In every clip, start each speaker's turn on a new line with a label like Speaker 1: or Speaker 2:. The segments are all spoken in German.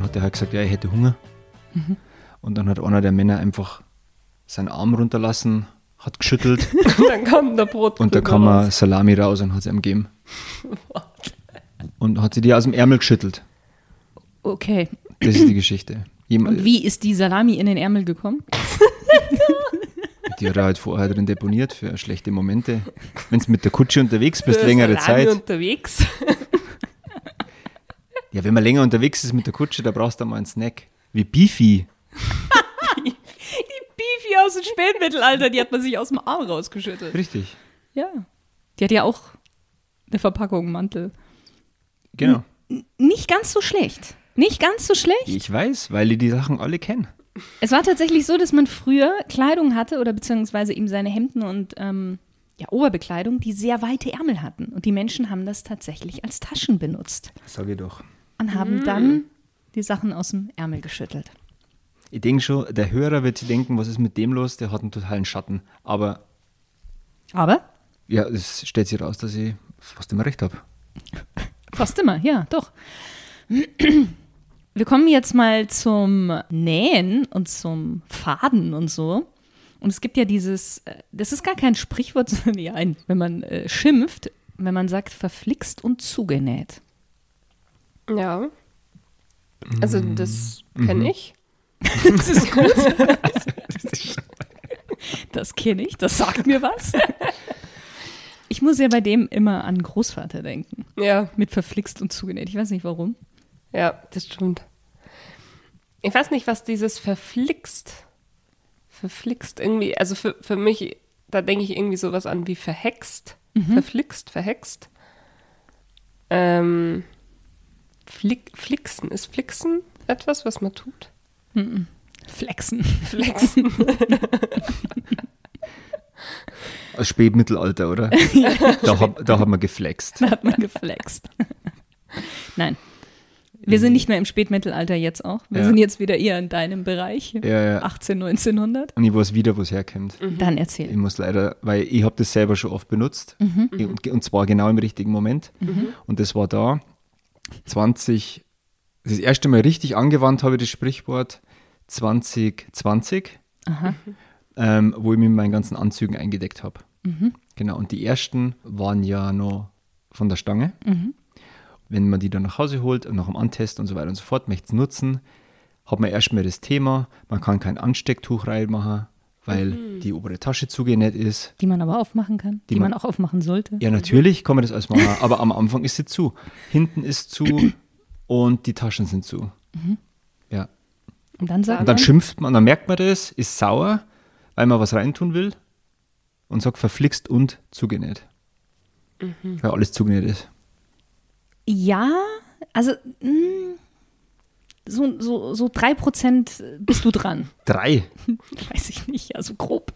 Speaker 1: hat er halt gesagt, ja, ich hätte Hunger.
Speaker 2: Mhm.
Speaker 1: Und dann hat einer der Männer einfach seinen Arm runterlassen, hat geschüttelt
Speaker 2: dann kam der Brot.
Speaker 1: und da kam er Salami raus und hat sie ihm gegeben. Und hat sie die aus dem Ärmel geschüttelt.
Speaker 2: Okay.
Speaker 1: Das ist die Geschichte.
Speaker 2: Und
Speaker 1: Jemand,
Speaker 2: wie ist die Salami in den Ärmel gekommen?
Speaker 1: die hat er halt vorher drin deponiert für schlechte Momente. Wenn du mit der Kutsche unterwegs bist,
Speaker 2: Für
Speaker 1: längere
Speaker 2: Salami
Speaker 1: Zeit.
Speaker 2: unterwegs.
Speaker 1: Ja, wenn man länger unterwegs ist mit der Kutsche, da brauchst du mal einen Snack. Wie Beefy.
Speaker 2: Die Beefy aus dem Spätmittelalter, die hat man sich aus dem Arm rausgeschüttelt.
Speaker 1: Richtig.
Speaker 2: Ja. Die hat ja auch eine Verpackung Mantel. Hm.
Speaker 1: Genau.
Speaker 2: Nicht ganz so schlecht. Nicht ganz so schlecht.
Speaker 1: Ich weiß, weil die die Sachen alle kennen.
Speaker 2: Es war tatsächlich so, dass man früher Kleidung hatte oder beziehungsweise eben seine Hemden und ähm, ja, Oberbekleidung, die sehr weite Ärmel hatten. Und die Menschen haben das tatsächlich als Taschen benutzt
Speaker 1: Sag ich doch.
Speaker 2: und haben dann die Sachen aus dem Ärmel geschüttelt.
Speaker 1: Ich denke schon, der Hörer wird sich denken, was ist mit dem los? Der hat einen totalen Schatten. Aber
Speaker 2: Aber
Speaker 1: ja, es stellt sich raus, dass ich fast immer recht habe.
Speaker 2: fast immer, ja, doch. Wir kommen jetzt mal zum Nähen und zum Faden und so. Und es gibt ja dieses, äh, das ist gar kein Sprichwort, sondern eher ein, wenn man äh, schimpft, wenn man sagt, verflixt und zugenäht.
Speaker 3: Ja. Also das kenne ich.
Speaker 2: Das ist gut. Das kenne ich, das sagt mir was. Ich muss ja bei dem immer an Großvater denken.
Speaker 3: Ja,
Speaker 2: Mit verflixt und zugenäht. Ich weiß nicht warum.
Speaker 3: ja, das stimmt. Ich weiß nicht, was dieses verflixt, verflixt irgendwie, also für, für mich, da denke ich irgendwie sowas an wie verhext, verflixt, verhext. Ähm, flick, flixen, ist flixen etwas, was man tut?
Speaker 2: Flexen.
Speaker 3: Flexen.
Speaker 1: Aus Spätmittelalter, oder? da, hab, da hat man geflext.
Speaker 2: Da hat man geflext. Nein. Wir sind nicht mehr im Spätmittelalter jetzt auch. Wir
Speaker 1: Ja.
Speaker 2: sind jetzt wieder eher in deinem Bereich.
Speaker 1: Ja, ja.
Speaker 2: 18, 1900.
Speaker 1: Und ich weiß wieder, wo es herkommt.
Speaker 3: Mhm.
Speaker 2: Dann erzähl.
Speaker 1: Ich muss leider, weil ich habe das selber schon oft benutzt. Ich- Und, und zwar genau im richtigen Moment. Und das war da 20, das erste Mal richtig angewandt habe ich das Sprichwort 2020,
Speaker 2: Aha.
Speaker 1: ähm, wo ich mich mit meinen ganzen Anzügen eingedeckt habe. Genau, und die ersten waren ja noch von der Stange. Wenn man die dann nach Hause holt und nach dem Antest und so weiter und so fort, möchte es nutzen, hat man erstmal das Thema, man kann kein Anstecktuch reinmachen, weil die obere Tasche zugenäht ist.
Speaker 2: Die man aber aufmachen kann. Die,
Speaker 1: Die
Speaker 2: man
Speaker 1: man-
Speaker 2: auch aufmachen sollte.
Speaker 1: Ja, natürlich kann man das alles machen, aber am Anfang ist sie zu. Hinten ist zu und die Taschen sind zu. Ja.
Speaker 2: Und dann sagt
Speaker 1: Und dann
Speaker 2: man,
Speaker 1: schimpft man, dann merkt man das, ist sauer, weil man was reintun will und sagt verflixt und zugenäht. Weil alles zugenäht ist.
Speaker 2: Ja, also mh, so, so, so 3% bist du dran.
Speaker 1: Drei.
Speaker 2: Weiß ich nicht, also grob.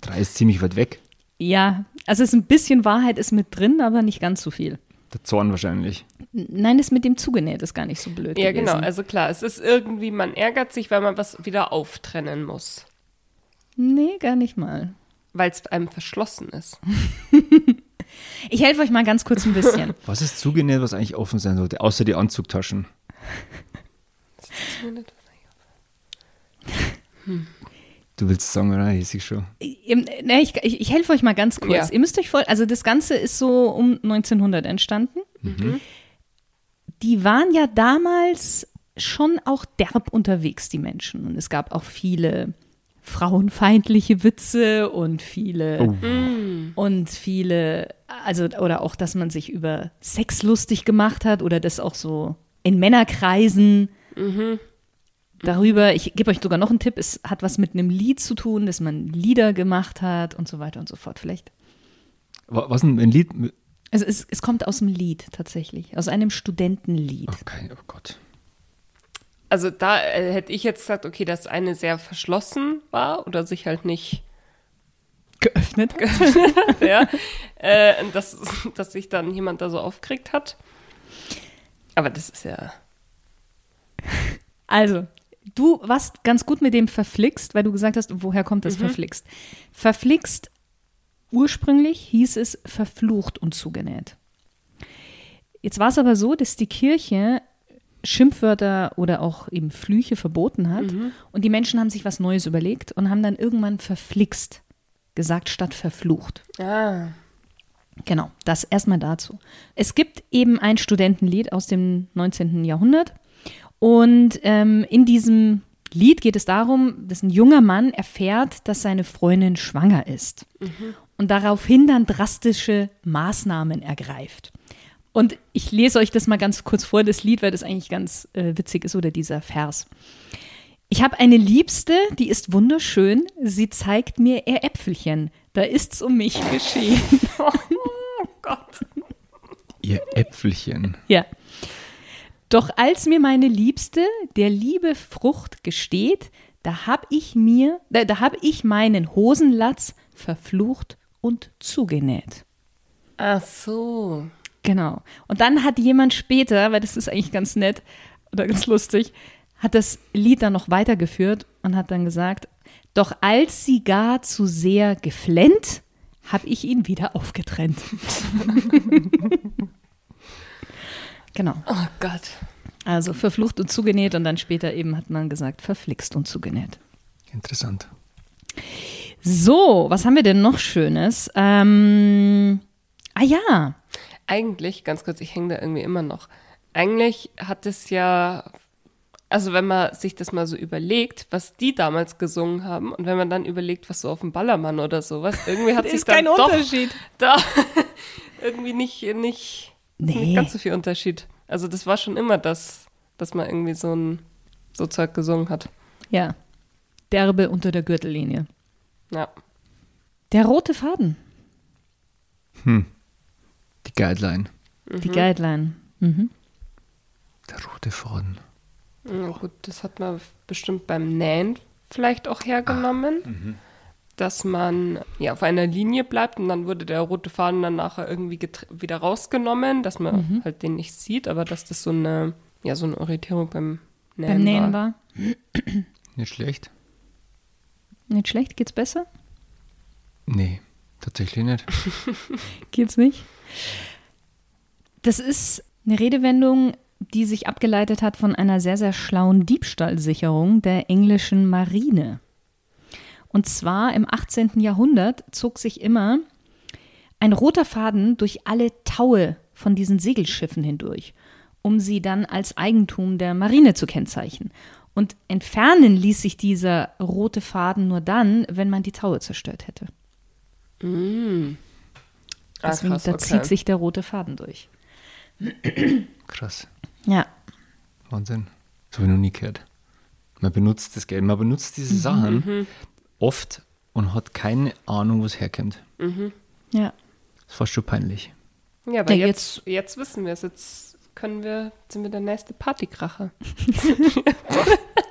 Speaker 1: Drei ist ziemlich weit weg.
Speaker 2: Ja, also es ist ein bisschen Wahrheit ist mit drin, aber nicht ganz so viel.
Speaker 1: Der Zorn wahrscheinlich.
Speaker 2: N- Nein, das mit dem zugenäht ist gar nicht so blöd.
Speaker 3: ja,
Speaker 2: gewesen.
Speaker 3: genau. Also klar, es ist irgendwie, man ärgert sich, weil man was wieder auftrennen muss,
Speaker 2: nee, gar nicht mal.
Speaker 3: weil es einem verschlossen ist.
Speaker 2: Ich helfe euch mal ganz kurz ein bisschen.
Speaker 1: Was ist zugenäht, was eigentlich offen sein sollte, außer die Anzugtaschen? Du willst sagen, oder? Hieß ich schon.
Speaker 2: Im- ne, ich ich, ich helfe euch mal ganz kurz.
Speaker 3: Ja.
Speaker 2: Ihr müsst euch voll, also das Ganze ist so um 1900 entstanden. Die waren ja damals schon auch derb unterwegs, die Menschen. Und es gab auch viele frauenfeindliche Witze und viele und viele, also oder auch, dass man sich über Sex lustig gemacht hat oder das auch so in Männerkreisen darüber, ich gebe euch sogar noch einen Tipp, es hat was mit einem Lied zu tun, dass man Lieder gemacht hat und so weiter und so fort vielleicht.
Speaker 1: Wa- Was denn ein Lied? mit-
Speaker 2: Also es, es kommt aus dem Lied tatsächlich, aus einem Studentenlied.
Speaker 1: Okay, oh Gott.
Speaker 3: Also da äh, hätte ich jetzt gesagt, okay, dass eine sehr verschlossen war oder sich halt nicht,
Speaker 2: Geöffnet?
Speaker 3: ja, äh, und dass, dass sich dann jemand da so aufgeregt hat. Aber das ist ja,
Speaker 2: Also, du warst ganz gut mit dem verflixt, weil du gesagt hast, woher kommt das verflixt? Verflixt ursprünglich hieß es verflucht und zugenäht. Jetzt war es aber so, dass die Kirche Schimpfwörter oder auch eben Flüche verboten hat. Und die Menschen haben sich was Neues überlegt und haben dann irgendwann verflixt gesagt statt verflucht.
Speaker 3: Ah.
Speaker 2: Genau, das erstmal dazu. Es gibt eben ein Studentenlied aus dem 19. Jahrhundert. Und ähm, in diesem Lied geht es darum, dass ein junger Mann erfährt, dass seine Freundin schwanger ist und daraufhin dann drastische Maßnahmen ergreift. Und ich lese euch das mal ganz kurz vor, das Lied, weil das eigentlich ganz äh, witzig ist oder dieser Vers. Ich habe eine Liebste, die ist wunderschön. Sie zeigt mir ihr Äpfelchen. Da ist's um mich geschehen.
Speaker 3: Oh Gott.
Speaker 1: Ihr Äpfelchen.
Speaker 2: Ja. Doch als mir meine Liebste der Liebe Frucht gesteht, da hab ich mir, da, da hab ich meinen Hosenlatz verflucht und zugenäht.
Speaker 3: Ach so.
Speaker 2: Genau. Und dann hat jemand später, weil das ist eigentlich ganz nett oder ganz lustig, hat das Lied dann noch weitergeführt und hat dann gesagt, doch als sie gar zu sehr geflennt, hab ich ihn wieder aufgetrennt. genau.
Speaker 3: Oh Gott.
Speaker 2: Also verflucht und zugenäht und dann später eben hat man gesagt, verflixt und zugenäht.
Speaker 1: Interessant.
Speaker 2: So, was haben wir denn noch Schönes? Ähm, ah ja,
Speaker 3: Eigentlich, ganz kurz, ich hänge da irgendwie immer noch. Eigentlich hat es ja, also wenn man sich das mal so überlegt, was die damals gesungen haben und wenn man dann überlegt, was so auf dem Ballermann oder sowas, irgendwie hat
Speaker 2: Ist
Speaker 3: sich
Speaker 2: kein
Speaker 3: dann doch
Speaker 2: Unterschied.
Speaker 3: da irgendwie nicht, nicht,
Speaker 2: Nee.
Speaker 3: nicht ganz so viel Unterschied. Also das war schon immer das, dass man irgendwie so ein so Zeug gesungen hat.
Speaker 2: ja, derbe unter der Gürtellinie.
Speaker 3: Ja.
Speaker 2: Der rote Faden,
Speaker 1: Die Guideline.
Speaker 2: die Guideline. Mhm.
Speaker 1: Der rote Faden.
Speaker 3: Na gut, das hat man bestimmt beim Nähen vielleicht auch hergenommen, dass man ja auf einer Linie bleibt und dann wurde der rote Faden dann nachher irgendwie getr- wieder rausgenommen, dass man
Speaker 2: Mhm.
Speaker 3: halt den nicht sieht, aber dass das so eine ja so eine Orientierung beim Nähen,
Speaker 2: Beim Nähen
Speaker 3: war.
Speaker 2: war.
Speaker 1: Nicht schlecht?
Speaker 2: Nicht schlecht, geht's besser?
Speaker 1: Nee, tatsächlich nicht.
Speaker 2: Geht's nicht? Das ist eine Redewendung, die sich abgeleitet hat von einer sehr, sehr schlauen Diebstahlsicherung der englischen Marine. Und zwar im 18. Jahrhundert zog sich immer ein roter Faden durch alle Taue von diesen Segelschiffen hindurch, um sie dann als Eigentum der Marine zu kennzeichnen. Und entfernen ließ sich dieser rote Faden nur dann, wenn man die Taue zerstört hätte.
Speaker 3: Ah,
Speaker 2: Deswegen,
Speaker 3: krass,
Speaker 2: da
Speaker 3: okay.
Speaker 2: zieht sich der rote Faden durch.
Speaker 1: Krass.
Speaker 2: Ja.
Speaker 1: Wahnsinn. Das habe ich noch nie gehört. Man benutzt das Geld, man benutzt diese Sachen oft und hat keine Ahnung, wo es herkommt. Das
Speaker 2: Ja.
Speaker 1: ist fast schon peinlich.
Speaker 3: Ja, aber
Speaker 2: Ja,
Speaker 3: jetzt, jetzt wissen wir es, jetzt können wir sind wir der nächste Partykracher.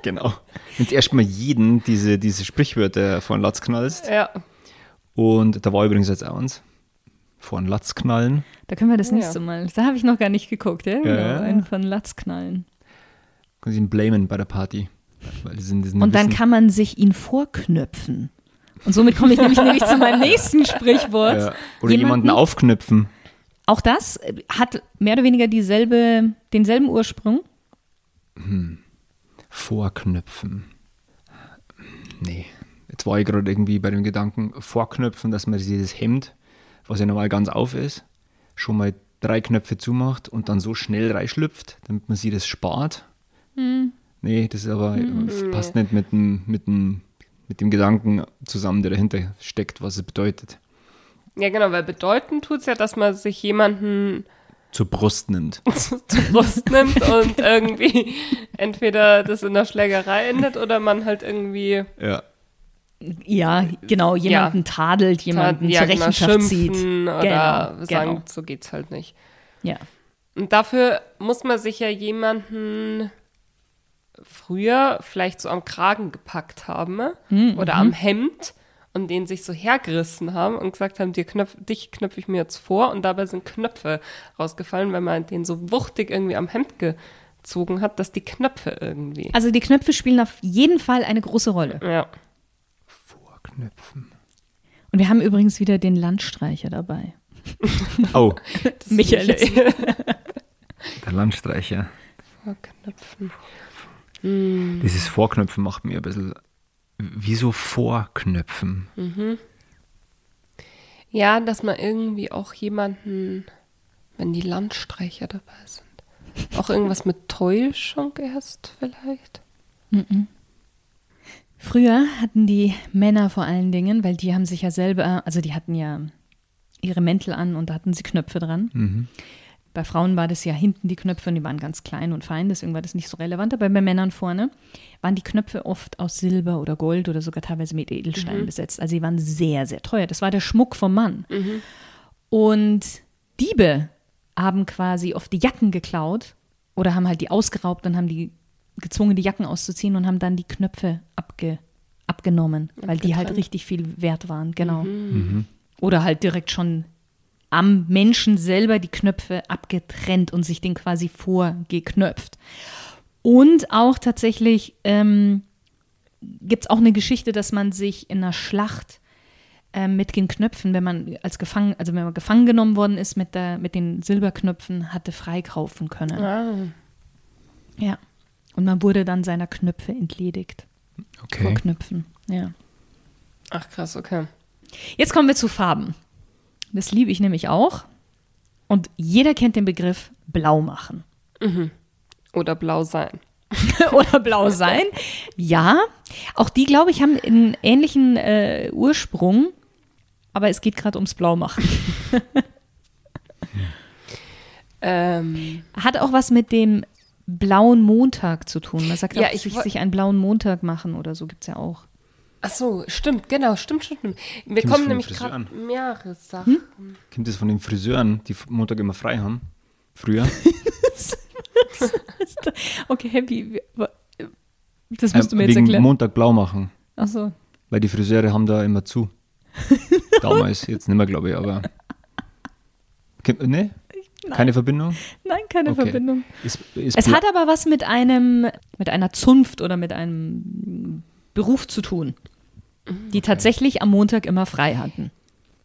Speaker 1: Genau. Wenn du erstmal jeden diese, diese Sprichwörter vor den Latz knallst.
Speaker 3: Ja,
Speaker 1: Und da war übrigens jetzt auch uns. Vor den Latz knallen.
Speaker 2: Da können wir das
Speaker 3: Oh Ja.
Speaker 2: nächste Mal. Da habe ich noch gar nicht geguckt, ja?
Speaker 1: Ja.
Speaker 2: Genau, Einen von Latz knallen.
Speaker 1: Kannst ihn blamen bei der Party. Weil die sind, die sind
Speaker 2: Und dann
Speaker 1: wissen-
Speaker 2: kann man sich ihn vorknöpfen. Und somit komme ich nämlich, nämlich zu meinem nächsten Sprichwort.
Speaker 1: ja, äh, Oder jemanden, aufknüpfen.
Speaker 2: Auch das äh, hat mehr oder weniger dieselbe, denselben Ursprung.
Speaker 1: Vorknüpfen. Nee. Jetzt war ich gerade irgendwie bei dem Gedanken, vorknüpfen, dass man dieses Hemd, was ja normal ganz auf ist, schon mal drei Knöpfe zumacht und dann so schnell reinschlüpft, damit man sich das spart.
Speaker 2: Hm.
Speaker 1: Nee, das ist aber das passt nicht mit dem, mit, dem, mit dem Gedanken zusammen, der dahinter steckt, was es bedeutet.
Speaker 3: ja genau, weil bedeuten tut's ja, dass man sich jemanden
Speaker 1: Zur Brust nimmt.
Speaker 3: zu- zur Brust nimmt und irgendwie entweder das in der Schlägerei endet oder man halt irgendwie
Speaker 1: Ja.
Speaker 2: Ja, genau. Jemanden tadelt, jemanden
Speaker 3: ja,
Speaker 2: zur
Speaker 3: genau,
Speaker 2: Rechenschaft
Speaker 3: schimpfen
Speaker 2: zieht.
Speaker 3: oder
Speaker 2: genau,
Speaker 3: sagen,
Speaker 2: genau.
Speaker 3: so geht's halt nicht.
Speaker 2: Ja.
Speaker 3: Und dafür muss man sich ja jemanden früher vielleicht so am Kragen gepackt haben ne? oder am Hemd und den sich so hergerissen haben und gesagt haben, dir knöpf, dich knöpfe ich mir jetzt vor und dabei sind Knöpfe rausgefallen, weil man den so wuchtig irgendwie am Hemd gezogen hat, dass die Knöpfe irgendwie.
Speaker 2: Also die Knöpfe spielen auf jeden Fall eine große Rolle.
Speaker 3: Ja.
Speaker 1: Vorknüpfen.
Speaker 2: Und wir haben übrigens wieder den Landstreicher dabei.
Speaker 1: Oh,
Speaker 3: Das ist
Speaker 2: Michael.
Speaker 1: der Landstreicher.
Speaker 3: Vorknöpfen.
Speaker 2: Mhm.
Speaker 1: Dieses Vorknöpfen macht mir ein bisschen. Wieso Vorknöpfen?
Speaker 3: Ja, dass man irgendwie auch jemanden, wenn die Landstreicher dabei sind, auch irgendwas mit Täuschung erst vielleicht.
Speaker 2: Früher hatten die Männer vor allen Dingen, weil die haben sich ja selber, also die hatten ja ihre Mäntel an und da hatten sie Knöpfe dran. Bei Frauen war das ja hinten die Knöpfe und die waren ganz klein und fein, deswegen war das nicht so relevant. Aber bei Männern vorne waren die Knöpfe oft aus Silber oder Gold oder sogar teilweise mit Edelsteinen besetzt. Also die waren sehr, sehr teuer. Das war der Schmuck vom Mann. Und Diebe haben quasi oft die Jacken geklaut oder haben halt die ausgeraubt und haben die gezwungen, die Jacken auszuziehen und haben dann die Knöpfe abge, abgenommen, weil die halt richtig viel wert waren, genau. Oder halt direkt schon am Menschen selber die Knöpfe abgetrennt und sich den quasi vorgeknöpft. Und auch tatsächlich ähm, gibt es auch eine Geschichte, dass man sich in einer Schlacht ähm, mit den Knöpfen, wenn man als gefangen, also wenn man gefangen genommen worden ist mit, der, mit den Silberknöpfen, hatte freikaufen können. Ja. Und man wurde dann seiner Knöpfe entledigt.
Speaker 1: Okay.
Speaker 2: Von Knöpfen. Ja.
Speaker 3: Ach krass, okay.
Speaker 2: Jetzt kommen wir zu Farben. Das liebe ich nämlich auch. Und jeder kennt den Begriff blau machen.
Speaker 3: Oder blau sein.
Speaker 2: oder blau sein. Ja, auch die, glaube ich, haben einen ähnlichen äh, Ursprung, aber es geht gerade ums Blau machen.
Speaker 3: Ähm,
Speaker 2: Hat auch was mit dem blauen Montag zu tun. Man sagt
Speaker 3: Ja,
Speaker 2: auch,
Speaker 3: ich
Speaker 2: sich,
Speaker 3: woll-
Speaker 2: sich einen blauen Montag machen oder so gibt es ja auch.
Speaker 3: ach so, stimmt, genau, stimmt, stimmt. stimmt. Wir
Speaker 1: Kommt
Speaker 3: kommen
Speaker 1: von
Speaker 3: nämlich
Speaker 1: den
Speaker 3: gerade
Speaker 1: Friseuren.
Speaker 3: mehrere Sachen.
Speaker 2: Hm?
Speaker 1: Kommt das von den Friseuren, die Montag immer frei haben? Früher?
Speaker 2: Okay, Happy, wie- wa- das
Speaker 1: Ähm,
Speaker 2: musst du mir jetzt
Speaker 1: wegen
Speaker 2: erklären.
Speaker 1: Montag blau machen.
Speaker 2: Achso.
Speaker 1: Weil die Friseure haben da immer zu. Damals, jetzt nicht mehr, glaube ich, aber. Kennt- Ne? Keine Verbindung?
Speaker 2: Nein, keine
Speaker 1: Okay.
Speaker 2: Verbindung.
Speaker 1: Ist, ist
Speaker 2: Es
Speaker 1: bla-
Speaker 2: hat aber was mit einem, mit einer Zunft oder mit einem Beruf zu tun, die tatsächlich am Montag immer frei hatten.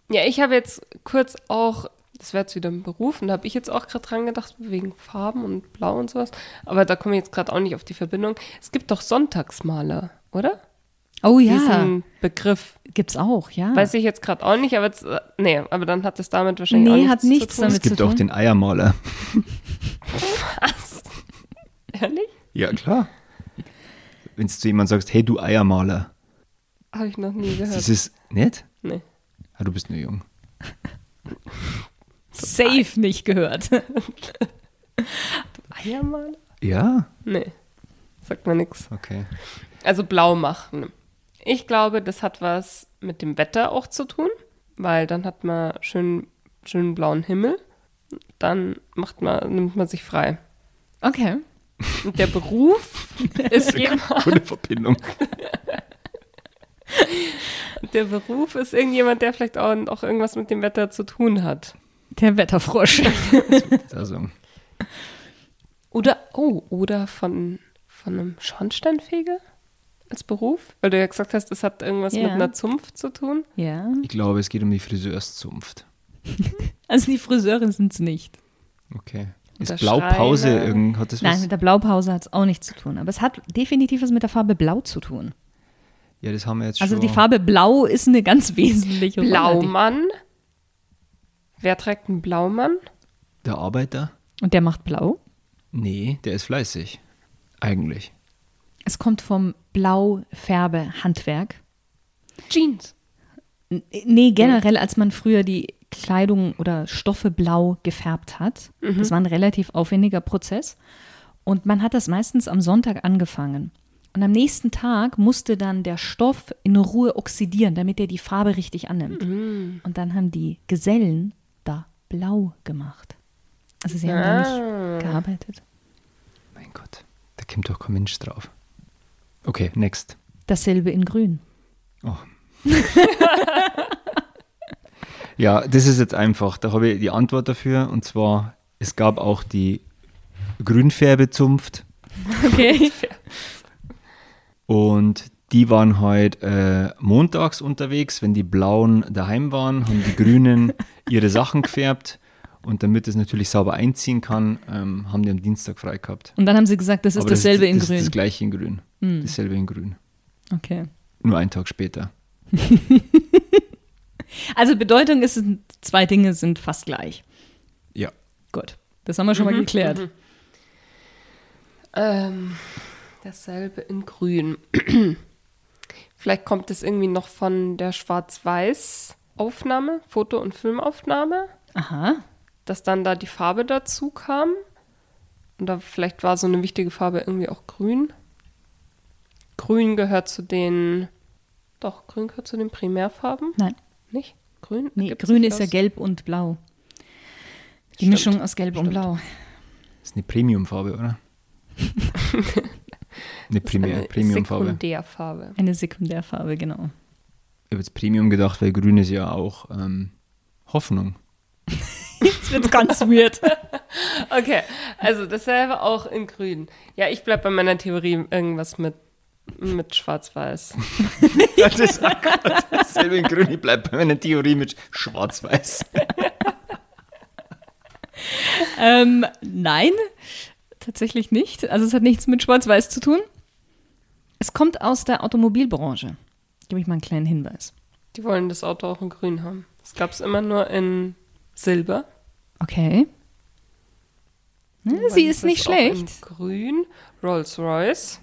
Speaker 3: Ja, ich habe jetzt kurz auch, das wäre jetzt wieder ein Beruf, und da habe ich jetzt auch gerade dran gedacht, wegen Farben und Blau und sowas. Aber da komme ich jetzt gerade auch nicht auf die Verbindung. Es gibt doch Sonntagsmaler, oder?
Speaker 2: Oh ja,
Speaker 3: Diesen Begriff.
Speaker 2: gibt's auch, ja.
Speaker 3: Weiß ich jetzt gerade auch nicht, aber jetzt, äh, nee, aber dann hat es damit wahrscheinlich auch
Speaker 2: nee,
Speaker 3: nichts
Speaker 2: hat nichts
Speaker 3: zu tun.
Speaker 2: damit
Speaker 1: es gibt
Speaker 2: zu
Speaker 1: auch
Speaker 2: tun.
Speaker 1: den Eiermaler.
Speaker 3: Ehrlich?
Speaker 1: Ja, klar. Wenn du zu jemandem sagst, hey, du Eiermaler,
Speaker 3: Habe ich noch nie
Speaker 1: das
Speaker 3: gehört.
Speaker 1: ist nett.
Speaker 3: Nee.
Speaker 1: Ah, du bist nur jung.
Speaker 2: Safe nicht gehört.
Speaker 3: Eiermaler?
Speaker 1: Ja,
Speaker 3: Nee, sagt mir nichts.
Speaker 1: okay.
Speaker 3: Also blau machen. Ich glaube, das hat was mit dem Wetter auch zu tun, weil dann hat man schön, schönen blauen Himmel. Dann macht man, nimmt man sich frei.
Speaker 2: Okay.
Speaker 3: Und der Beruf ist jemand,
Speaker 1: Gute Verbindung.
Speaker 3: der Beruf ist irgendjemand, der vielleicht auch, auch irgendwas mit dem Wetter zu tun hat.
Speaker 2: Der Wetterfrosch.
Speaker 1: Also,
Speaker 3: Oder, oh, oder von, von einem Schornsteinfeger als Beruf? Weil du ja gesagt hast, das hat irgendwas
Speaker 2: Ja.
Speaker 3: mit einer Zunft zu tun.
Speaker 2: ja.
Speaker 1: ich glaube, es geht um die Friseurszunft.
Speaker 2: Also die Friseurin sind's nicht.
Speaker 1: Okay. Ist
Speaker 3: Und der
Speaker 1: Blaupause
Speaker 3: Schreiner.
Speaker 1: irgend, hat das
Speaker 2: Nein,
Speaker 1: was?
Speaker 2: mit der Blaupause hat's auch nichts zu tun. Aber es hat definitiv was mit der Farbe Blau zu tun.
Speaker 1: ja, das haben wir jetzt
Speaker 2: Also
Speaker 1: schon.
Speaker 2: die Farbe Blau ist eine ganz wesentliche Rolle. die-
Speaker 3: Blaumann. Wer trägt einen Blaumann?
Speaker 1: Der Arbeiter?
Speaker 2: Und der macht Blau.
Speaker 1: Nee, der ist fleißig. Eigentlich.
Speaker 2: Es kommt vom Blaufärbehandwerk.
Speaker 3: Jeans.
Speaker 2: N- Nee, generell, als man früher die Kleidung oder Stoffe blau gefärbt hat. Das war ein relativ aufwendiger Prozess. Und man hat das meistens am Sonntag angefangen. Und am nächsten Tag musste dann der Stoff in Ruhe oxidieren, damit er die Farbe richtig annimmt. Und dann haben die Gesellen da blau gemacht. Also sie haben da nicht gearbeitet.
Speaker 1: Mein Gott, da kommt doch kein Mensch drauf. Okay, next.
Speaker 2: Dasselbe in grün.
Speaker 1: Oh. ja, das ist jetzt einfach. Da habe ich die Antwort dafür. Und zwar, es gab auch die Grünfärbezunft.
Speaker 2: Okay.
Speaker 1: Und die waren halt äh, montags unterwegs, wenn die Blauen daheim waren, haben die Grünen ihre Sachen gefärbt Und damit es natürlich sauber einziehen kann, ähm, haben die am Dienstag frei gehabt.
Speaker 2: Und dann haben sie gesagt, das ist
Speaker 1: Aber
Speaker 2: dasselbe
Speaker 1: das, das
Speaker 2: in
Speaker 1: Ist das
Speaker 2: Grün. Hm.
Speaker 1: gleiche in Grün. Dasselbe in Grün.
Speaker 2: okay.
Speaker 1: Nur einen Tag später.
Speaker 2: Also Bedeutung ist, es sind- zwei Dinge sind fast gleich.
Speaker 1: Ja.
Speaker 2: Gut. Das haben wir
Speaker 3: Mhm,
Speaker 2: schon mal geklärt.
Speaker 3: Ähm, dasselbe in Grün. Vielleicht kommt es irgendwie noch von der Schwarz-Weiß-Aufnahme, Foto- und Filmaufnahme,
Speaker 2: Aha.
Speaker 3: dass dann da die Farbe dazu kam. Und da vielleicht war so eine wichtige Farbe irgendwie auch Grün. Grün gehört zu den. Doch, Grün gehört zu den Primärfarben,
Speaker 2: Nein.
Speaker 3: nicht? Grün?
Speaker 2: Nee,
Speaker 3: Ergibt
Speaker 2: Grün
Speaker 3: sich
Speaker 2: ist ja
Speaker 3: aus?
Speaker 2: gelb und blau. Die
Speaker 3: Stimmt.
Speaker 2: Mischung aus Gelb und
Speaker 1: Stimmt.
Speaker 2: Blau.
Speaker 1: Das ist eine Premium-Farbe, oder? eine Primär, Premium-Farbe.
Speaker 3: Eine
Speaker 1: Ich
Speaker 3: Äh, Sekundärfarbe.
Speaker 2: Eine Sekundärfarbe, genau.
Speaker 1: habe jetzt Premium gedacht, weil Grün ist ja auch ähm, Hoffnung.
Speaker 2: Jetzt wird's ganz weird.
Speaker 3: Okay, also dasselbe auch in grün. Ja, ich bleibe bei meiner Theorie irgendwas mit, mit schwarz-weiß.
Speaker 1: Das ist oh Gott, dasselbe in Grün. Ich bleibe bei meiner Theorie mit Schwarz-Weiß.
Speaker 2: ähm, nein, tatsächlich nicht. Also es hat nichts mit Schwarz-Weiß zu tun. Es kommt aus der Automobilbranche. Gebe ich mal einen kleinen Hinweis.
Speaker 3: Die wollen das Auto auch in grün haben. Das gab es immer nur in Silber.
Speaker 2: Okay. Ne,
Speaker 3: Dann
Speaker 2: sie ist
Speaker 3: das
Speaker 2: nicht
Speaker 3: auch in
Speaker 2: schlecht.
Speaker 3: grün, Rolls-Royce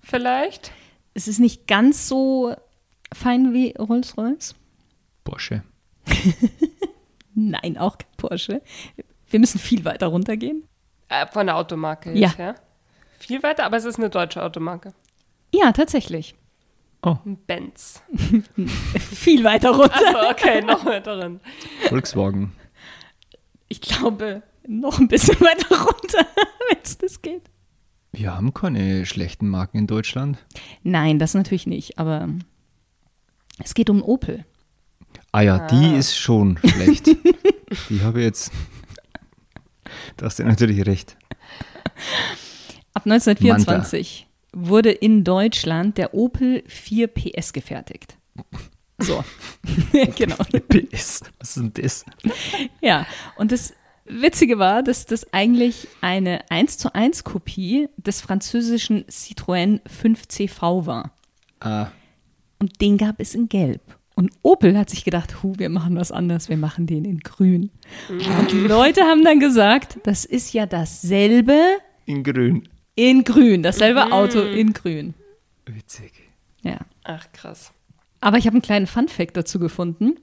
Speaker 3: vielleicht.
Speaker 2: Es ist nicht ganz so fein wie Rolls-Royce.
Speaker 1: Porsche.
Speaker 2: Nein, auch kein Porsche. Wir müssen viel weiter runtergehen.
Speaker 3: Äh, von der Automarke
Speaker 2: Ja.
Speaker 3: jetzt, ja. Viel weiter, aber es ist eine deutsche Automarke.
Speaker 2: Ja, tatsächlich.
Speaker 3: Ein Benz.
Speaker 2: Viel weiter runter.
Speaker 3: Also, okay, noch mehr drin.
Speaker 1: Volkswagen.
Speaker 2: Ich glaube, noch ein bisschen weiter runter, wenn es das geht.
Speaker 1: Wir haben keine schlechten Marken in Deutschland.
Speaker 2: Nein, das natürlich nicht, aber es geht um Opel.
Speaker 1: Ah ja, die ist schon schlecht. die habe ich jetzt. Da hast du natürlich recht.
Speaker 2: Ab 1924 wurde in Deutschland der Opel 4 PS gefertigt. So. genau.
Speaker 1: PS. Was ist denn das?
Speaker 2: Ja, und das Witzige war, dass das eigentlich eine 1 zu 1 Kopie des französischen Citroën 5CV war.
Speaker 1: Ah,
Speaker 2: Und den gab es in Gelb. Und Opel hat sich gedacht, hu, wir machen was anderes, wir machen den in Grün. Und die Leute haben dann gesagt, das ist ja dasselbe
Speaker 1: in Grün.
Speaker 2: in Grün, dasselbe Auto in Grün.
Speaker 1: Witzig.
Speaker 2: Ja.
Speaker 3: Ach, krass.
Speaker 2: Aber ich habe einen kleinen Fun-Fact dazu gefunden.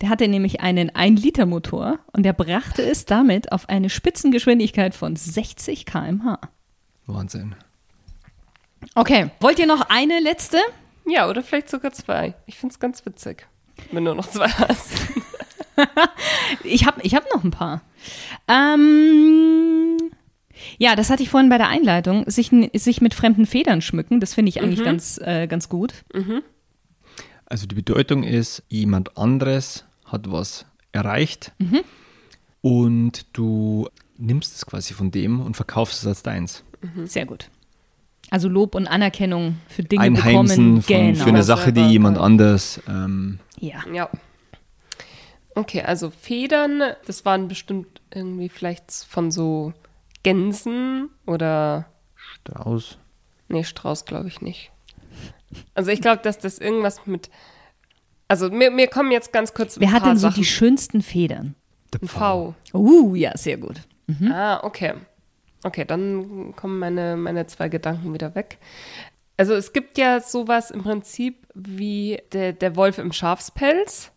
Speaker 2: Der hatte nämlich einen 1-Liter-Motor und der brachte es damit auf eine Spitzengeschwindigkeit von 60 km/h.
Speaker 1: Wahnsinn.
Speaker 2: Okay, wollt ihr noch eine letzte?
Speaker 3: Ja, oder vielleicht sogar zwei. Ich finde es ganz witzig, wenn du noch zwei hast.
Speaker 2: Ich habe ich hab noch ein paar. Ähm, ja, das hatte ich vorhin bei der Einleitung. Sich, sich mit fremden Federn schmücken, das finde ich eigentlich ganz, äh, ganz gut.
Speaker 1: Also die Bedeutung ist, jemand anderes hat was erreicht und du nimmst es quasi von dem und verkaufst es als deins.
Speaker 2: Sehr gut. Also Lob und Anerkennung für Dinge
Speaker 1: Einheimsen
Speaker 2: bekommen.
Speaker 1: von,
Speaker 2: genau.
Speaker 1: für eine
Speaker 3: Was
Speaker 1: Sache, die
Speaker 3: selber,
Speaker 1: jemand
Speaker 3: ja.
Speaker 1: anders. Ähm,
Speaker 2: ja.
Speaker 3: Ja. Okay, also Federn, das waren bestimmt irgendwie vielleicht von so Gänsen oder.
Speaker 1: Strauß.
Speaker 3: Nee, Strauß glaube ich nicht. Also ich glaube, dass das irgendwas mit. Also mir, mir kommen jetzt ganz kurz. ein
Speaker 2: Wer hat
Speaker 3: paar
Speaker 2: denn so
Speaker 3: Sachen.
Speaker 2: die schönsten Federn?
Speaker 1: Der
Speaker 3: Ein V.
Speaker 2: Uh, ja, sehr gut.
Speaker 3: Ah, okay. Okay, dann kommen meine, meine zwei Gedanken wieder weg. Also es gibt ja sowas im Prinzip wie der, der Wolf im Schafspelz,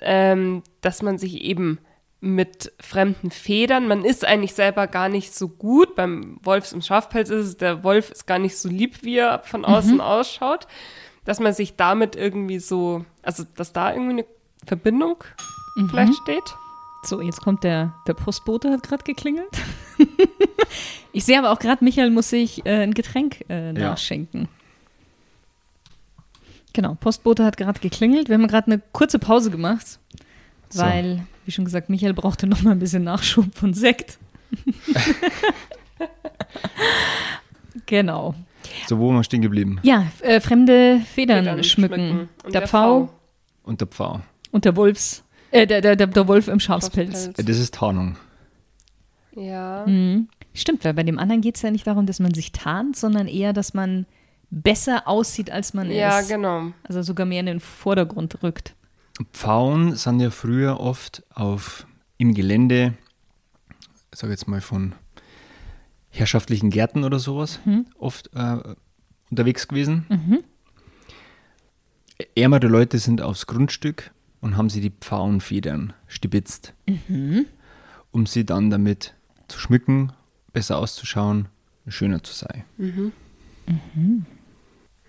Speaker 3: ähm, dass man sich eben mit fremden Federn, man ist eigentlich selber gar nicht so gut, beim Wolf im Schafpelz ist es, der Wolf ist gar nicht so lieb, wie er von außen ausschaut, dass man sich damit irgendwie so, also dass da irgendwie eine Verbindung vielleicht steht.
Speaker 2: So, jetzt kommt der, der Postbote, hat gerade geklingelt. ich sehe aber auch gerade, Michael muss sich äh, ein Getränk äh,
Speaker 1: Ja.
Speaker 2: nachschenken. Genau, Postbote hat gerade geklingelt. Wir haben gerade eine kurze Pause gemacht,
Speaker 1: So.
Speaker 2: weil, wie schon gesagt, Michael brauchte noch mal ein bisschen Nachschub von Sekt. genau.
Speaker 1: So, wo waren wir stehen geblieben?
Speaker 2: Ja, f- äh, fremde Federn,
Speaker 3: Federn
Speaker 2: schmücken.
Speaker 3: schmücken. Und
Speaker 2: Der,
Speaker 3: der
Speaker 2: Pfau
Speaker 3: Pfau.
Speaker 1: Und der Pfau.
Speaker 2: und der Wolfs Äh, der, der, der, der Wolf im Schafspelz.
Speaker 3: Schafspelz.
Speaker 1: Das ist Tarnung.
Speaker 3: Ja.
Speaker 2: Hm, Stimmt, weil bei dem anderen geht es ja nicht darum, dass man sich tarnt, sondern eher, dass man besser aussieht, als man
Speaker 3: Ja,
Speaker 2: ist.
Speaker 3: genau.
Speaker 2: Also sogar mehr in den Vordergrund rückt.
Speaker 1: Pfauen sind ja früher oft auf im Gelände, ich sag jetzt mal von herrschaftlichen Gärten oder sowas, oft äh, unterwegs gewesen. Ärmere Leute sind aufs Grundstück und haben sie die Pfauenfedern stibitzt, um sie dann damit zu schmücken, besser auszuschauen, schöner zu sein.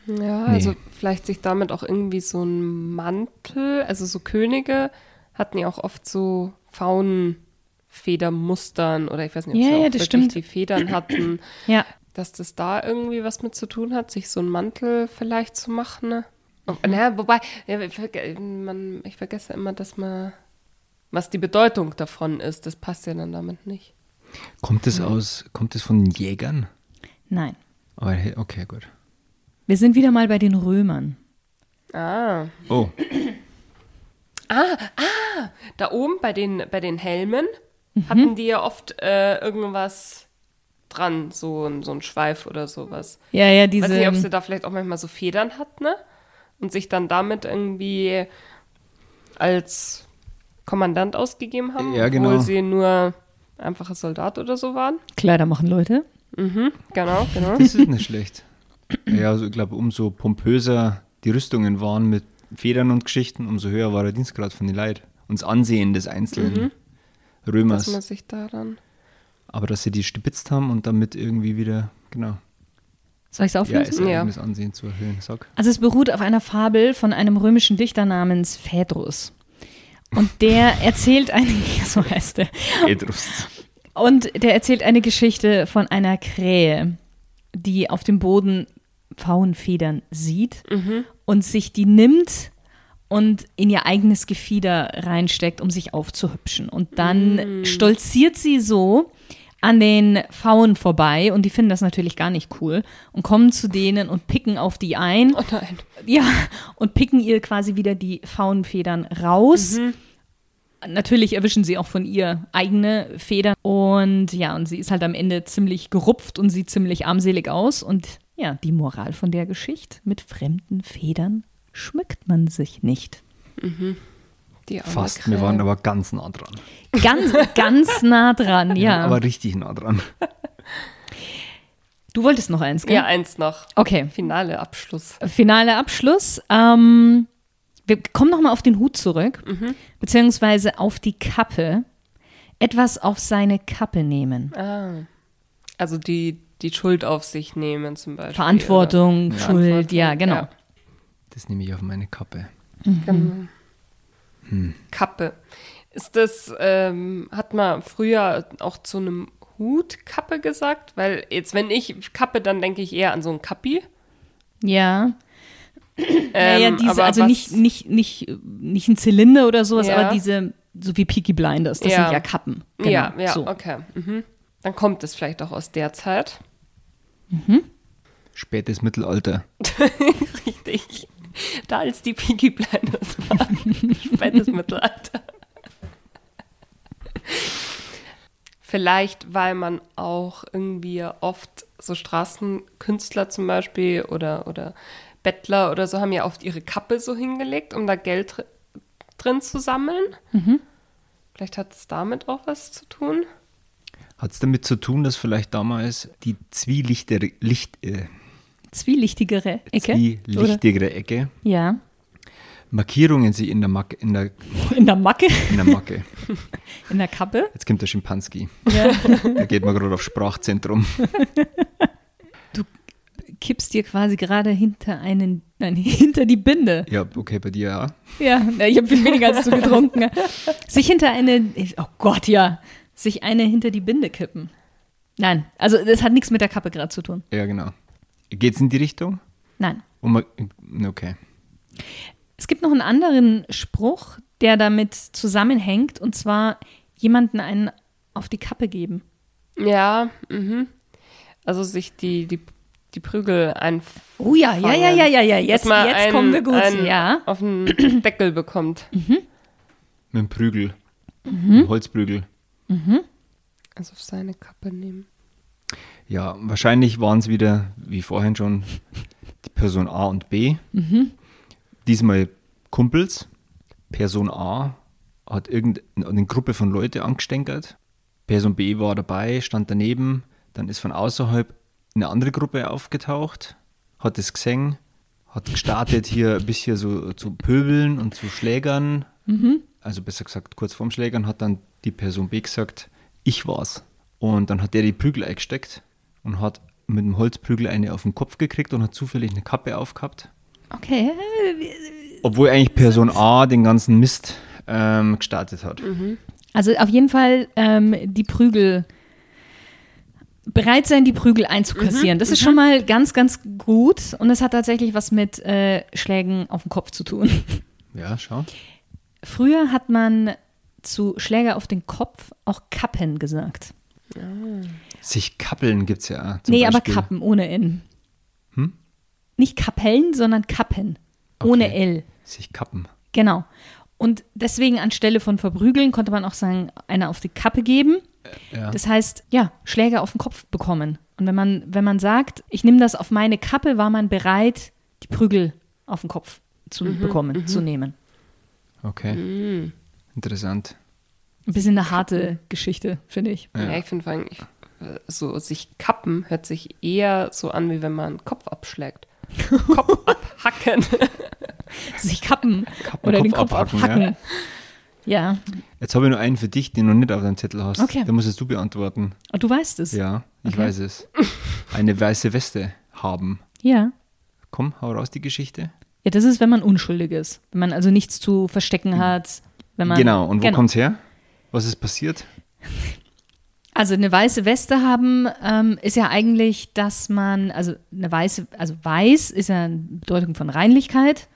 Speaker 3: Ja,
Speaker 1: Nee.
Speaker 3: also vielleicht sich damit auch irgendwie so ein Mantel, also so Könige hatten ja auch oft so Faunenfedermustern oder ich weiß nicht, ob
Speaker 2: Ja,
Speaker 3: sie
Speaker 2: ja,
Speaker 3: auch
Speaker 2: das
Speaker 3: wirklich
Speaker 2: stimmt.
Speaker 3: die Federn hatten,
Speaker 2: Ja.
Speaker 3: dass das da irgendwie was mit zu tun hat, sich so einen Mantel vielleicht zu machen. Ne? Oh,
Speaker 2: Mhm.
Speaker 3: naja, wobei, ja, ich, verge man, ich vergesse immer, dass man, was die Bedeutung davon ist, das passt ja dann damit nicht.
Speaker 1: Kommt es aus, kommt es von Jägern?
Speaker 2: Nein.
Speaker 1: Aber okay, gut.
Speaker 2: Wir sind wieder mal bei den Römern.
Speaker 3: Ah.
Speaker 1: Oh,
Speaker 3: Da oben bei den, bei den Helmen
Speaker 2: Mhm.
Speaker 3: hatten die ja oft äh, irgendwas dran, so, ein- so ein Schweif oder sowas.
Speaker 2: Ja, ja,
Speaker 3: Ich
Speaker 2: diese. ähm,
Speaker 3: Weiß nicht, ob sie da vielleicht auch manchmal so Federn hat, ne? Und sich dann damit irgendwie als Kommandant ausgegeben haben,
Speaker 1: Ja, genau.
Speaker 3: obwohl sie nur einfache Soldat oder so waren.
Speaker 2: Kleider machen Leute.
Speaker 3: Mhm, genau, genau.
Speaker 1: Das ist nicht schlecht. Ja, also ich glaube, umso pompöser die Rüstungen waren mit Federn und Geschichten, umso höher war der Dienstgrad von den Leid. Und das Ansehen des einzelnen
Speaker 3: Mhm. Dass man
Speaker 1: Römers.
Speaker 3: sich daran.
Speaker 1: Aber dass sie die stibitzt haben und damit irgendwie wieder, genau,
Speaker 2: Soll ich es
Speaker 1: ja,
Speaker 2: auflösen?
Speaker 1: das
Speaker 3: Ja.
Speaker 1: eigenes Ansehen zu erhöhen. Sag.
Speaker 2: Also es beruht auf einer Fabel von einem römischen Dichter namens Phaedrus. Und der erzählt eine, so heißt er,
Speaker 1: Petrus.
Speaker 3: Oh
Speaker 2: und der erzählt eine Geschichte von einer Krähe, die auf dem Boden Pfauenfedern sieht und sich die nimmt und in ihr eigenes Gefieder reinsteckt, um sich aufzuhübschen. Und dann stolziert sie so an den Pfauen vorbei und die finden das natürlich gar nicht cool und kommen zu denen und picken auf die ein
Speaker 3: Oh nein.
Speaker 2: ja, und picken ihr quasi wieder die Faunenfedern raus. Natürlich erwischen sie auch von ihr eigene Federn. Und ja, und sie ist halt am Ende ziemlich gerupft und sieht ziemlich armselig aus. Und ja, die Moral von der Geschichte, mit fremden Federn schmückt man sich nicht.
Speaker 3: Die arme
Speaker 1: Fast,
Speaker 3: Krähe.
Speaker 1: wir waren aber ganz nah dran.
Speaker 2: Ganz, ganz nah dran, ja.
Speaker 1: Aber richtig nah dran.
Speaker 2: du wolltest noch eins, gell?
Speaker 3: Ja, eins noch.
Speaker 2: Okay.
Speaker 3: Finale Abschluss.
Speaker 2: Finale Abschluss. Ähm, wir kommen nochmal auf den Hut zurück, beziehungsweise auf die Kappe. Etwas auf seine Kappe nehmen.
Speaker 3: Ah. Also die, die Schuld auf sich nehmen zum Beispiel.
Speaker 2: Verantwortung,
Speaker 3: oder?
Speaker 2: Schuld,
Speaker 3: Verantwortung,
Speaker 2: ja, genau.
Speaker 1: Das nehme ich auf meine Kappe.
Speaker 3: Genau.
Speaker 2: Mhm.
Speaker 3: Kappe. Ist das, ähm, hat man früher auch zu einem Hut Kappe gesagt? Weil jetzt, wenn ich Kappe, dann denke ich eher an so einen Kappi.
Speaker 2: Ja.
Speaker 3: Ähm,
Speaker 2: ja, ja, diese,
Speaker 3: aber
Speaker 2: also
Speaker 3: was-
Speaker 2: nicht, nicht, nicht, nicht ein Zylinder oder sowas,
Speaker 3: Ja.
Speaker 2: aber diese, so wie Peaky Blinders, das
Speaker 3: Ja.
Speaker 2: sind ja Kappen. Genau,
Speaker 3: Ja, ja,
Speaker 2: so.
Speaker 3: okay. Mhm. Dann kommt es vielleicht auch aus der Zeit.
Speaker 1: Spätes Mittelalter.
Speaker 3: Richtig. Da als die Peaky Blinders waren. Spätes Mittelalter. Vielleicht, weil man auch irgendwie oft so Straßenkünstler zum Beispiel oder, oder Bettler oder so haben ja oft ihre Kappe so hingelegt, um da Geld dr- drin zu sammeln. Vielleicht hat es damit auch was zu tun.
Speaker 1: Hat es damit zu tun, dass vielleicht damals die zwielichtere, Licht, äh,
Speaker 2: Zwielichtigere Ecke. oder?
Speaker 1: zwielichtigere Ecke
Speaker 2: Ja.
Speaker 1: Markierungen sie in der, Mac in der,
Speaker 2: In der Macke,
Speaker 1: in der Macke.
Speaker 2: in der Kappe.
Speaker 1: Jetzt kommt der Schimpanski.
Speaker 2: Ja.
Speaker 1: Da geht man gerade auf Sprachzentrum.
Speaker 2: Kippst dir quasi gerade hinter einen, nein, hinter die Binde.
Speaker 1: Ja, okay, bei dir ja.
Speaker 2: Ja, na, ich habe viel weniger als du getrunken. sich hinter eine, oh Gott, ja, sich eine hinter die Binde kippen. Nein, also das hat nichts mit der Kappe gerade zu tun.
Speaker 1: Ja, genau. Geht's in die Richtung?
Speaker 2: Nein.
Speaker 1: Und man, okay.
Speaker 2: Es gibt noch einen anderen Spruch, der damit zusammenhängt, und zwar jemanden einen auf die Kappe geben.
Speaker 3: Ja, mhm. Also sich die, die, die Prügel einf
Speaker 2: Oh ja, ja, ja, ja, ja, ja, jetzt,
Speaker 3: Dass man
Speaker 2: jetzt
Speaker 3: einen-
Speaker 2: kommen wir gut.
Speaker 3: einen
Speaker 2: Ja,
Speaker 3: auf den Deckel bekommt.
Speaker 1: mit dem Prügel, mit
Speaker 2: Mhm.
Speaker 1: dem Holzprügel.
Speaker 3: Also auf seine Kappe nehmen.
Speaker 1: Ja, wahrscheinlich waren es wieder, wie vorhin schon, die Person A und B. Diesmal Kumpels. Person A hat irgendeine Gruppe von Leute angestänkert. Person B war dabei, stand daneben. Dann ist von außerhalb eine andere Gruppe aufgetaucht, hat es gesehen, hat gestartet, hier ein bisschen so zu pöbeln und zu schlägern. Also besser gesagt, kurz vorm Schlägern hat dann die Person B gesagt, ich war's. Und dann hat der die Prügel eingesteckt und hat mit dem Holzprügel eine auf den Kopf gekriegt und hat zufällig eine Kappe aufgehabt.
Speaker 2: Okay.
Speaker 1: Obwohl eigentlich Person A den ganzen Mist ähm, gestartet hat.
Speaker 2: Also auf jeden Fall ähm, die Prügel. Bereit sein, die Prügel
Speaker 1: Mhm.
Speaker 2: einzukassieren. Das ist schon mal ganz, ganz gut. Und es hat tatsächlich was mit äh, Schlägen auf den Kopf zu tun.
Speaker 1: Ja, schau.
Speaker 2: Früher hat man zu Schläger auf den Kopf auch Kappen gesagt.
Speaker 1: Sich kappeln gibt's ja. auch zum
Speaker 2: nee, aber
Speaker 1: Beispiel. Hm?
Speaker 2: Kappen ohne N. Nicht Kapellen, sondern Kappen. Ohne
Speaker 1: Okay.
Speaker 2: L.
Speaker 1: Sich kappen.
Speaker 2: Genau. Und deswegen anstelle von verprügeln konnte man auch sagen, einer auf die Kappe geben.
Speaker 1: Ja.
Speaker 2: Das heißt, ja, Schläge auf den Kopf bekommen. Und wenn man, wenn man sagt, ich nehme das auf meine Kappe, war man bereit, die Prügel auf den Kopf zu bekommen, zu nehmen.
Speaker 1: Okay.
Speaker 2: Mhm.
Speaker 1: Interessant.
Speaker 2: Ein bisschen eine harte Geschichte, finde ich.
Speaker 3: Ja, ich finde vor allem, ich, äh, so sich kappen hört sich eher so an, wie wenn man einen Kopf abschlägt. Kopf abhacken.
Speaker 2: Sich kappen
Speaker 1: Kappen,
Speaker 2: oder den
Speaker 1: Kopf
Speaker 2: Kopf
Speaker 1: abhacken,
Speaker 2: abhacken. ja.
Speaker 1: Jetzt habe ich nur einen für dich, den du noch nicht auf deinem Zettel hast.
Speaker 2: Okay.
Speaker 1: Den musstest du beantworten.
Speaker 2: Und du weißt es.
Speaker 1: Ja, ich
Speaker 2: Okay.
Speaker 1: weiß es. Eine weiße Weste haben.
Speaker 2: ja.
Speaker 1: Komm, hau raus die Geschichte.
Speaker 2: Ja, das ist, wenn man unschuldig ist. Wenn man also nichts zu verstecken hat. Wenn man,
Speaker 1: Mhm. genau, und wo kommt's her? Was ist passiert?
Speaker 2: Also eine weiße Weste haben ähm, ist ja eigentlich, dass man, also eine weiße, also weiß ist ja eine Bedeutung von Reinlichkeit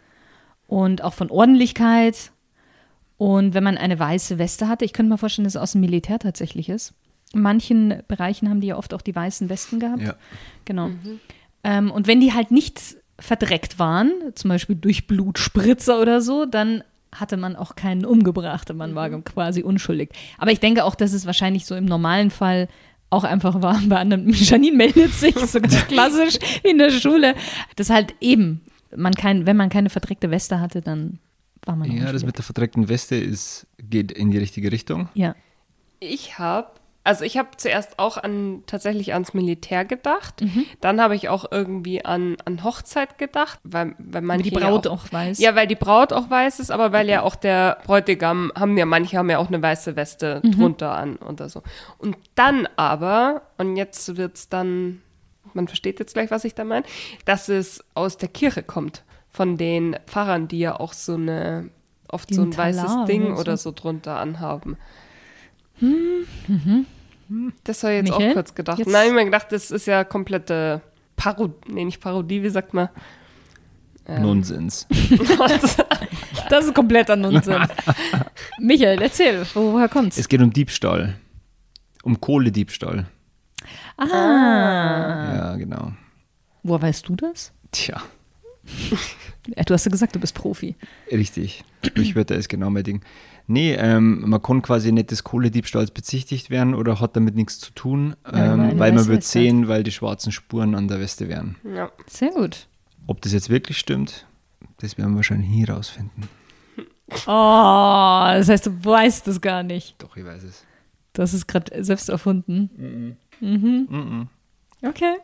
Speaker 2: und auch von Ordentlichkeit. Und wenn man eine weiße Weste hatte, ich könnte mir vorstellen, dass es aus dem Militär tatsächlich ist. In manchen Bereichen haben die ja oft auch die weißen Westen gehabt.
Speaker 1: Ja.
Speaker 2: Genau. Ähm, und wenn die halt nicht verdreckt waren, zum Beispiel durch Blutspritzer oder so, dann hatte man auch keinen umgebracht und man war quasi unschuldig. Aber ich denke auch, dass es wahrscheinlich so im normalen Fall auch einfach war bei anderen. Janine meldet sich, so ganz klassisch in der Schule. Das halt eben, man kein, wenn man keine verdreckte Weste hatte, dann war man
Speaker 1: Ja, das
Speaker 2: unschuldig.
Speaker 1: mit der verdreckten Weste ist, geht in die richtige Richtung.
Speaker 2: Ja.
Speaker 3: Ich habe, also ich habe zuerst auch an tatsächlich ans Militär gedacht.
Speaker 2: Mhm.
Speaker 3: Dann habe ich auch irgendwie an, an Hochzeit gedacht, weil, weil manche
Speaker 2: die Braut
Speaker 3: ja
Speaker 2: auch weiß.
Speaker 3: Ja, weil die Braut auch weiß ist, aber weil ja auch der Bräutigam, haben ja manche haben ja auch eine weiße Weste
Speaker 2: Mhm.
Speaker 3: drunter an oder so. Und dann aber, und jetzt wird's dann, man versteht jetzt gleich, was ich da meine, dass es aus der Kirche kommt, von den Pfarrern, die ja auch so eine, oft
Speaker 2: Die
Speaker 3: so
Speaker 2: einen
Speaker 3: ein weißes
Speaker 2: Talar
Speaker 3: Ding
Speaker 2: oder so.
Speaker 3: oder so drunter anhaben. Das habe ich jetzt
Speaker 2: Michael?
Speaker 3: auch kurz gedacht.
Speaker 2: Jetzt-
Speaker 3: Nein, ich habe mir gedacht, das ist ja komplette Parodie, nee, nicht Parodie, wie sagt man?
Speaker 1: Nonsens.
Speaker 2: Das ist kompletter Nonsens. Michael, erzähl, wo- woher kommt's?
Speaker 1: Es geht um Diebstahl. Um Kohlediebstahl.
Speaker 2: ah.
Speaker 1: Ja, genau.
Speaker 2: Woher weißt du das?
Speaker 1: Tja,
Speaker 2: Ja, du hast ja gesagt, du bist Profi.
Speaker 1: richtig. Sprichwörter ist genau mein Ding. Nee, ähm, man kann quasi nicht des Kohlediebstahls bezichtigt werden oder hat damit nichts zu tun,
Speaker 2: weil
Speaker 1: ähm,
Speaker 2: eine
Speaker 1: weil man
Speaker 2: weiße
Speaker 1: wird
Speaker 2: Weste hat.
Speaker 1: sehen, weil die schwarzen Spuren an der Weste wären.
Speaker 3: Ja.
Speaker 2: Sehr gut.
Speaker 1: Ob das jetzt wirklich stimmt, das werden wir wahrscheinlich nie rausfinden.
Speaker 2: Oh, das heißt, du weißt es gar nicht.
Speaker 1: Doch, ich weiß es.
Speaker 2: Das ist gerade selbst erfunden. Mhm. Okay.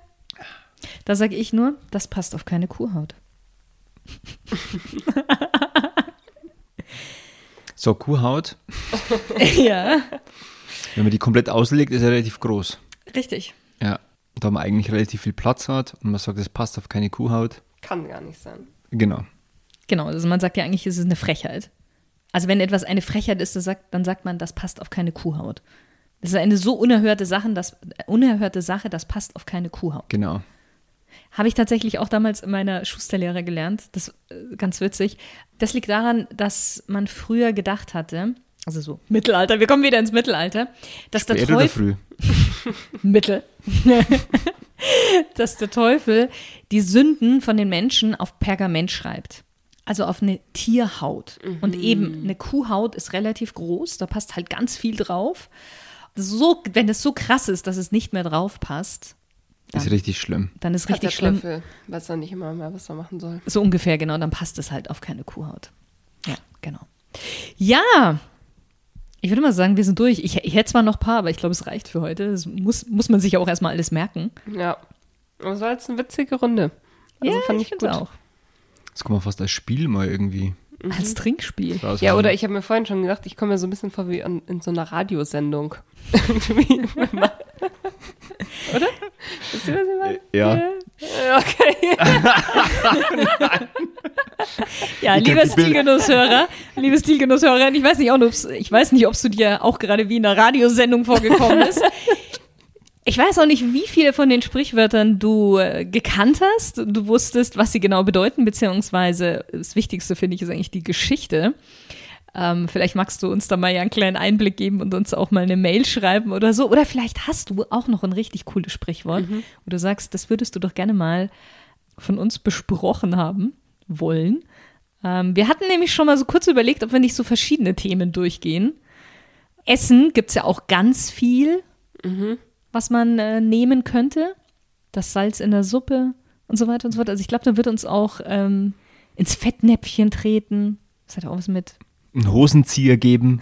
Speaker 2: Da sage ich nur, das passt auf keine Kuhhaut.
Speaker 1: So, Kuhhaut,
Speaker 2: ja,
Speaker 1: wenn man die komplett auslegt, ist er relativ groß.
Speaker 2: richtig.
Speaker 1: Ja. Da man eigentlich relativ viel Platz hat und man sagt, das passt auf keine Kuhhaut.
Speaker 3: Kann gar nicht sein.
Speaker 1: Genau.
Speaker 2: Genau, also man sagt ja eigentlich, es ist eine Frechheit. Also wenn etwas eine Frechheit ist, das sagt, dann sagt man, das passt auf keine Kuhhaut. Das ist eine so unerhörte Sache, das, unerhörte Sache, das passt auf keine Kuhhaut.
Speaker 1: Genau.
Speaker 2: Habe ich tatsächlich auch damals in meiner Schusterlehre gelernt. Das äh, ganz witzig. Das liegt daran, dass man früher gedacht hatte, also so Mittelalter, wir kommen wieder ins Mittelalter, dass der
Speaker 1: Spät oder
Speaker 2: Teufel
Speaker 1: früh?
Speaker 2: Mittel, dass der Teufel die Sünden von den Menschen auf Pergament schreibt. also auf eine Tierhaut.
Speaker 3: Mhm.
Speaker 2: Und eben, eine Kuhhaut ist relativ groß, da passt halt ganz viel drauf. So, wenn es so krass ist, dass es nicht mehr drauf passt,
Speaker 1: Ist richtig schlimm.
Speaker 2: dann ist
Speaker 3: Hat der
Speaker 2: richtig schlimm.
Speaker 3: Teufel, weiß er nicht immer mehr, was er machen soll.
Speaker 2: So ungefähr, genau, dann passt es halt auf keine Kuhhaut. Ja, genau. Ja, ich würde mal sagen, wir sind durch. Ich, ich hätte zwar noch ein paar, aber ich glaube, es reicht für heute. Das muss, muss man sich ja auch erstmal alles merken.
Speaker 3: Ja. Aber es war jetzt eine witzige Runde. Also
Speaker 2: ja,
Speaker 3: fand ich,
Speaker 2: find's
Speaker 3: gut.
Speaker 2: auch.
Speaker 1: Das kann man fast als Spiel mal irgendwie
Speaker 2: Als Trinkspiel.
Speaker 1: raushauen.
Speaker 3: Ja, oder ich habe mir vorhin schon gedacht, ich komme mir so ein bisschen vor wie an, in so einer Radiosendung. Irgendwie immer. oder? Wisst ihr, was ich meine?
Speaker 1: Ja.
Speaker 3: Äh, Okay.
Speaker 2: Ja,
Speaker 1: Ihr kennt
Speaker 2: lieber
Speaker 1: die Bilder.
Speaker 2: Stilgenusshörer, liebe Stilgenusshörerin, ich weiß nicht, auch, ob's- ich weiß nicht, ob du dir auch gerade wie in einer Radiosendung vorgekommen bist. Ich weiß auch nicht, wie viele von den Sprichwörtern du äh, gekannt hast. Du wusstest, was sie genau bedeuten, beziehungsweise das Wichtigste, finde ich, ist eigentlich die Geschichte. Ähm, vielleicht magst du uns da mal ja einen kleinen Einblick geben und uns auch mal eine Mail schreiben oder so. Oder vielleicht hast du auch noch ein richtig cooles Sprichwort,
Speaker 1: Mhm.
Speaker 2: wo du sagst, das würdest du doch gerne mal von uns besprochen haben wollen. Ähm, wir hatten nämlich schon mal so kurz überlegt, ob wir nicht so verschiedene Themen durchgehen. Essen gibt es ja auch ganz viel, was man äh, nehmen könnte. Das Salz in der Suppe und so weiter und so fort. Also ich glaube, da wird uns auch ähm, ins Fettnäpfchen treten. Das hat auch was mit
Speaker 1: Einen Hosenzieher geben.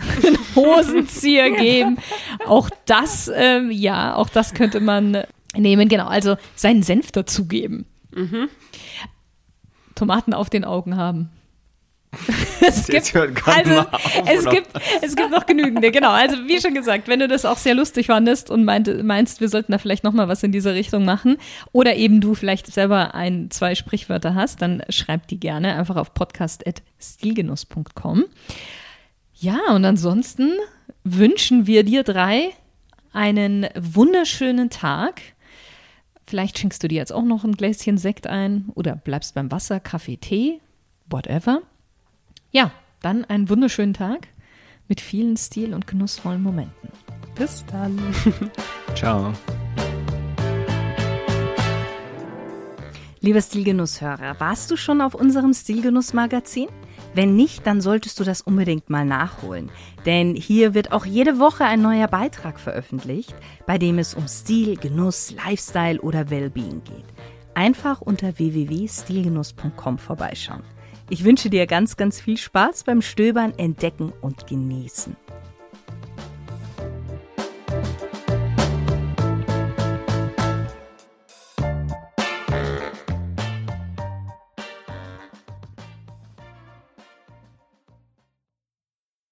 Speaker 2: Hosenzieher geben. Auch das, ähm, ja, auch das könnte man nehmen. Genau, also seinen Senf dazugeben. Tomaten auf den Augen haben. Es
Speaker 1: Jetzt
Speaker 2: gibt,
Speaker 1: hört gerade
Speaker 2: also,
Speaker 1: mal auf,
Speaker 2: es,
Speaker 1: oder?
Speaker 2: gibt, es gibt noch genügende, genau. Also wie schon gesagt, wenn du das auch sehr lustig fandest und meint, meinst, wir sollten da vielleicht noch mal was in diese Richtung machen oder eben du vielleicht selber ein, zwei Sprichwörter hast, dann schreib die gerne einfach auf podcast.stilgenuss.com. Ja, und ansonsten wünschen wir dir drei einen wunderschönen Tag. Vielleicht schenkst du dir jetzt auch noch ein Gläschen Sekt ein oder bleibst beim Wasser, Kaffee, Tee, whatever. Ja, dann einen wunderschönen Tag mit vielen Stil- und genussvollen Momenten.
Speaker 3: Bis dann.
Speaker 1: Ciao.
Speaker 4: Lieber Stilgenusshörer, warst du schon auf unserem Stilgenuss-Magazin? Wenn nicht, dann solltest du das unbedingt mal nachholen. Denn hier wird auch jede Woche ein neuer Beitrag veröffentlicht, bei dem es um Stil, Genuss, Lifestyle oder Wellbeing geht. Einfach unter www.stilgenuss.com vorbeischauen. Ich wünsche dir ganz, ganz viel Spaß beim Stöbern, Entdecken und Genießen.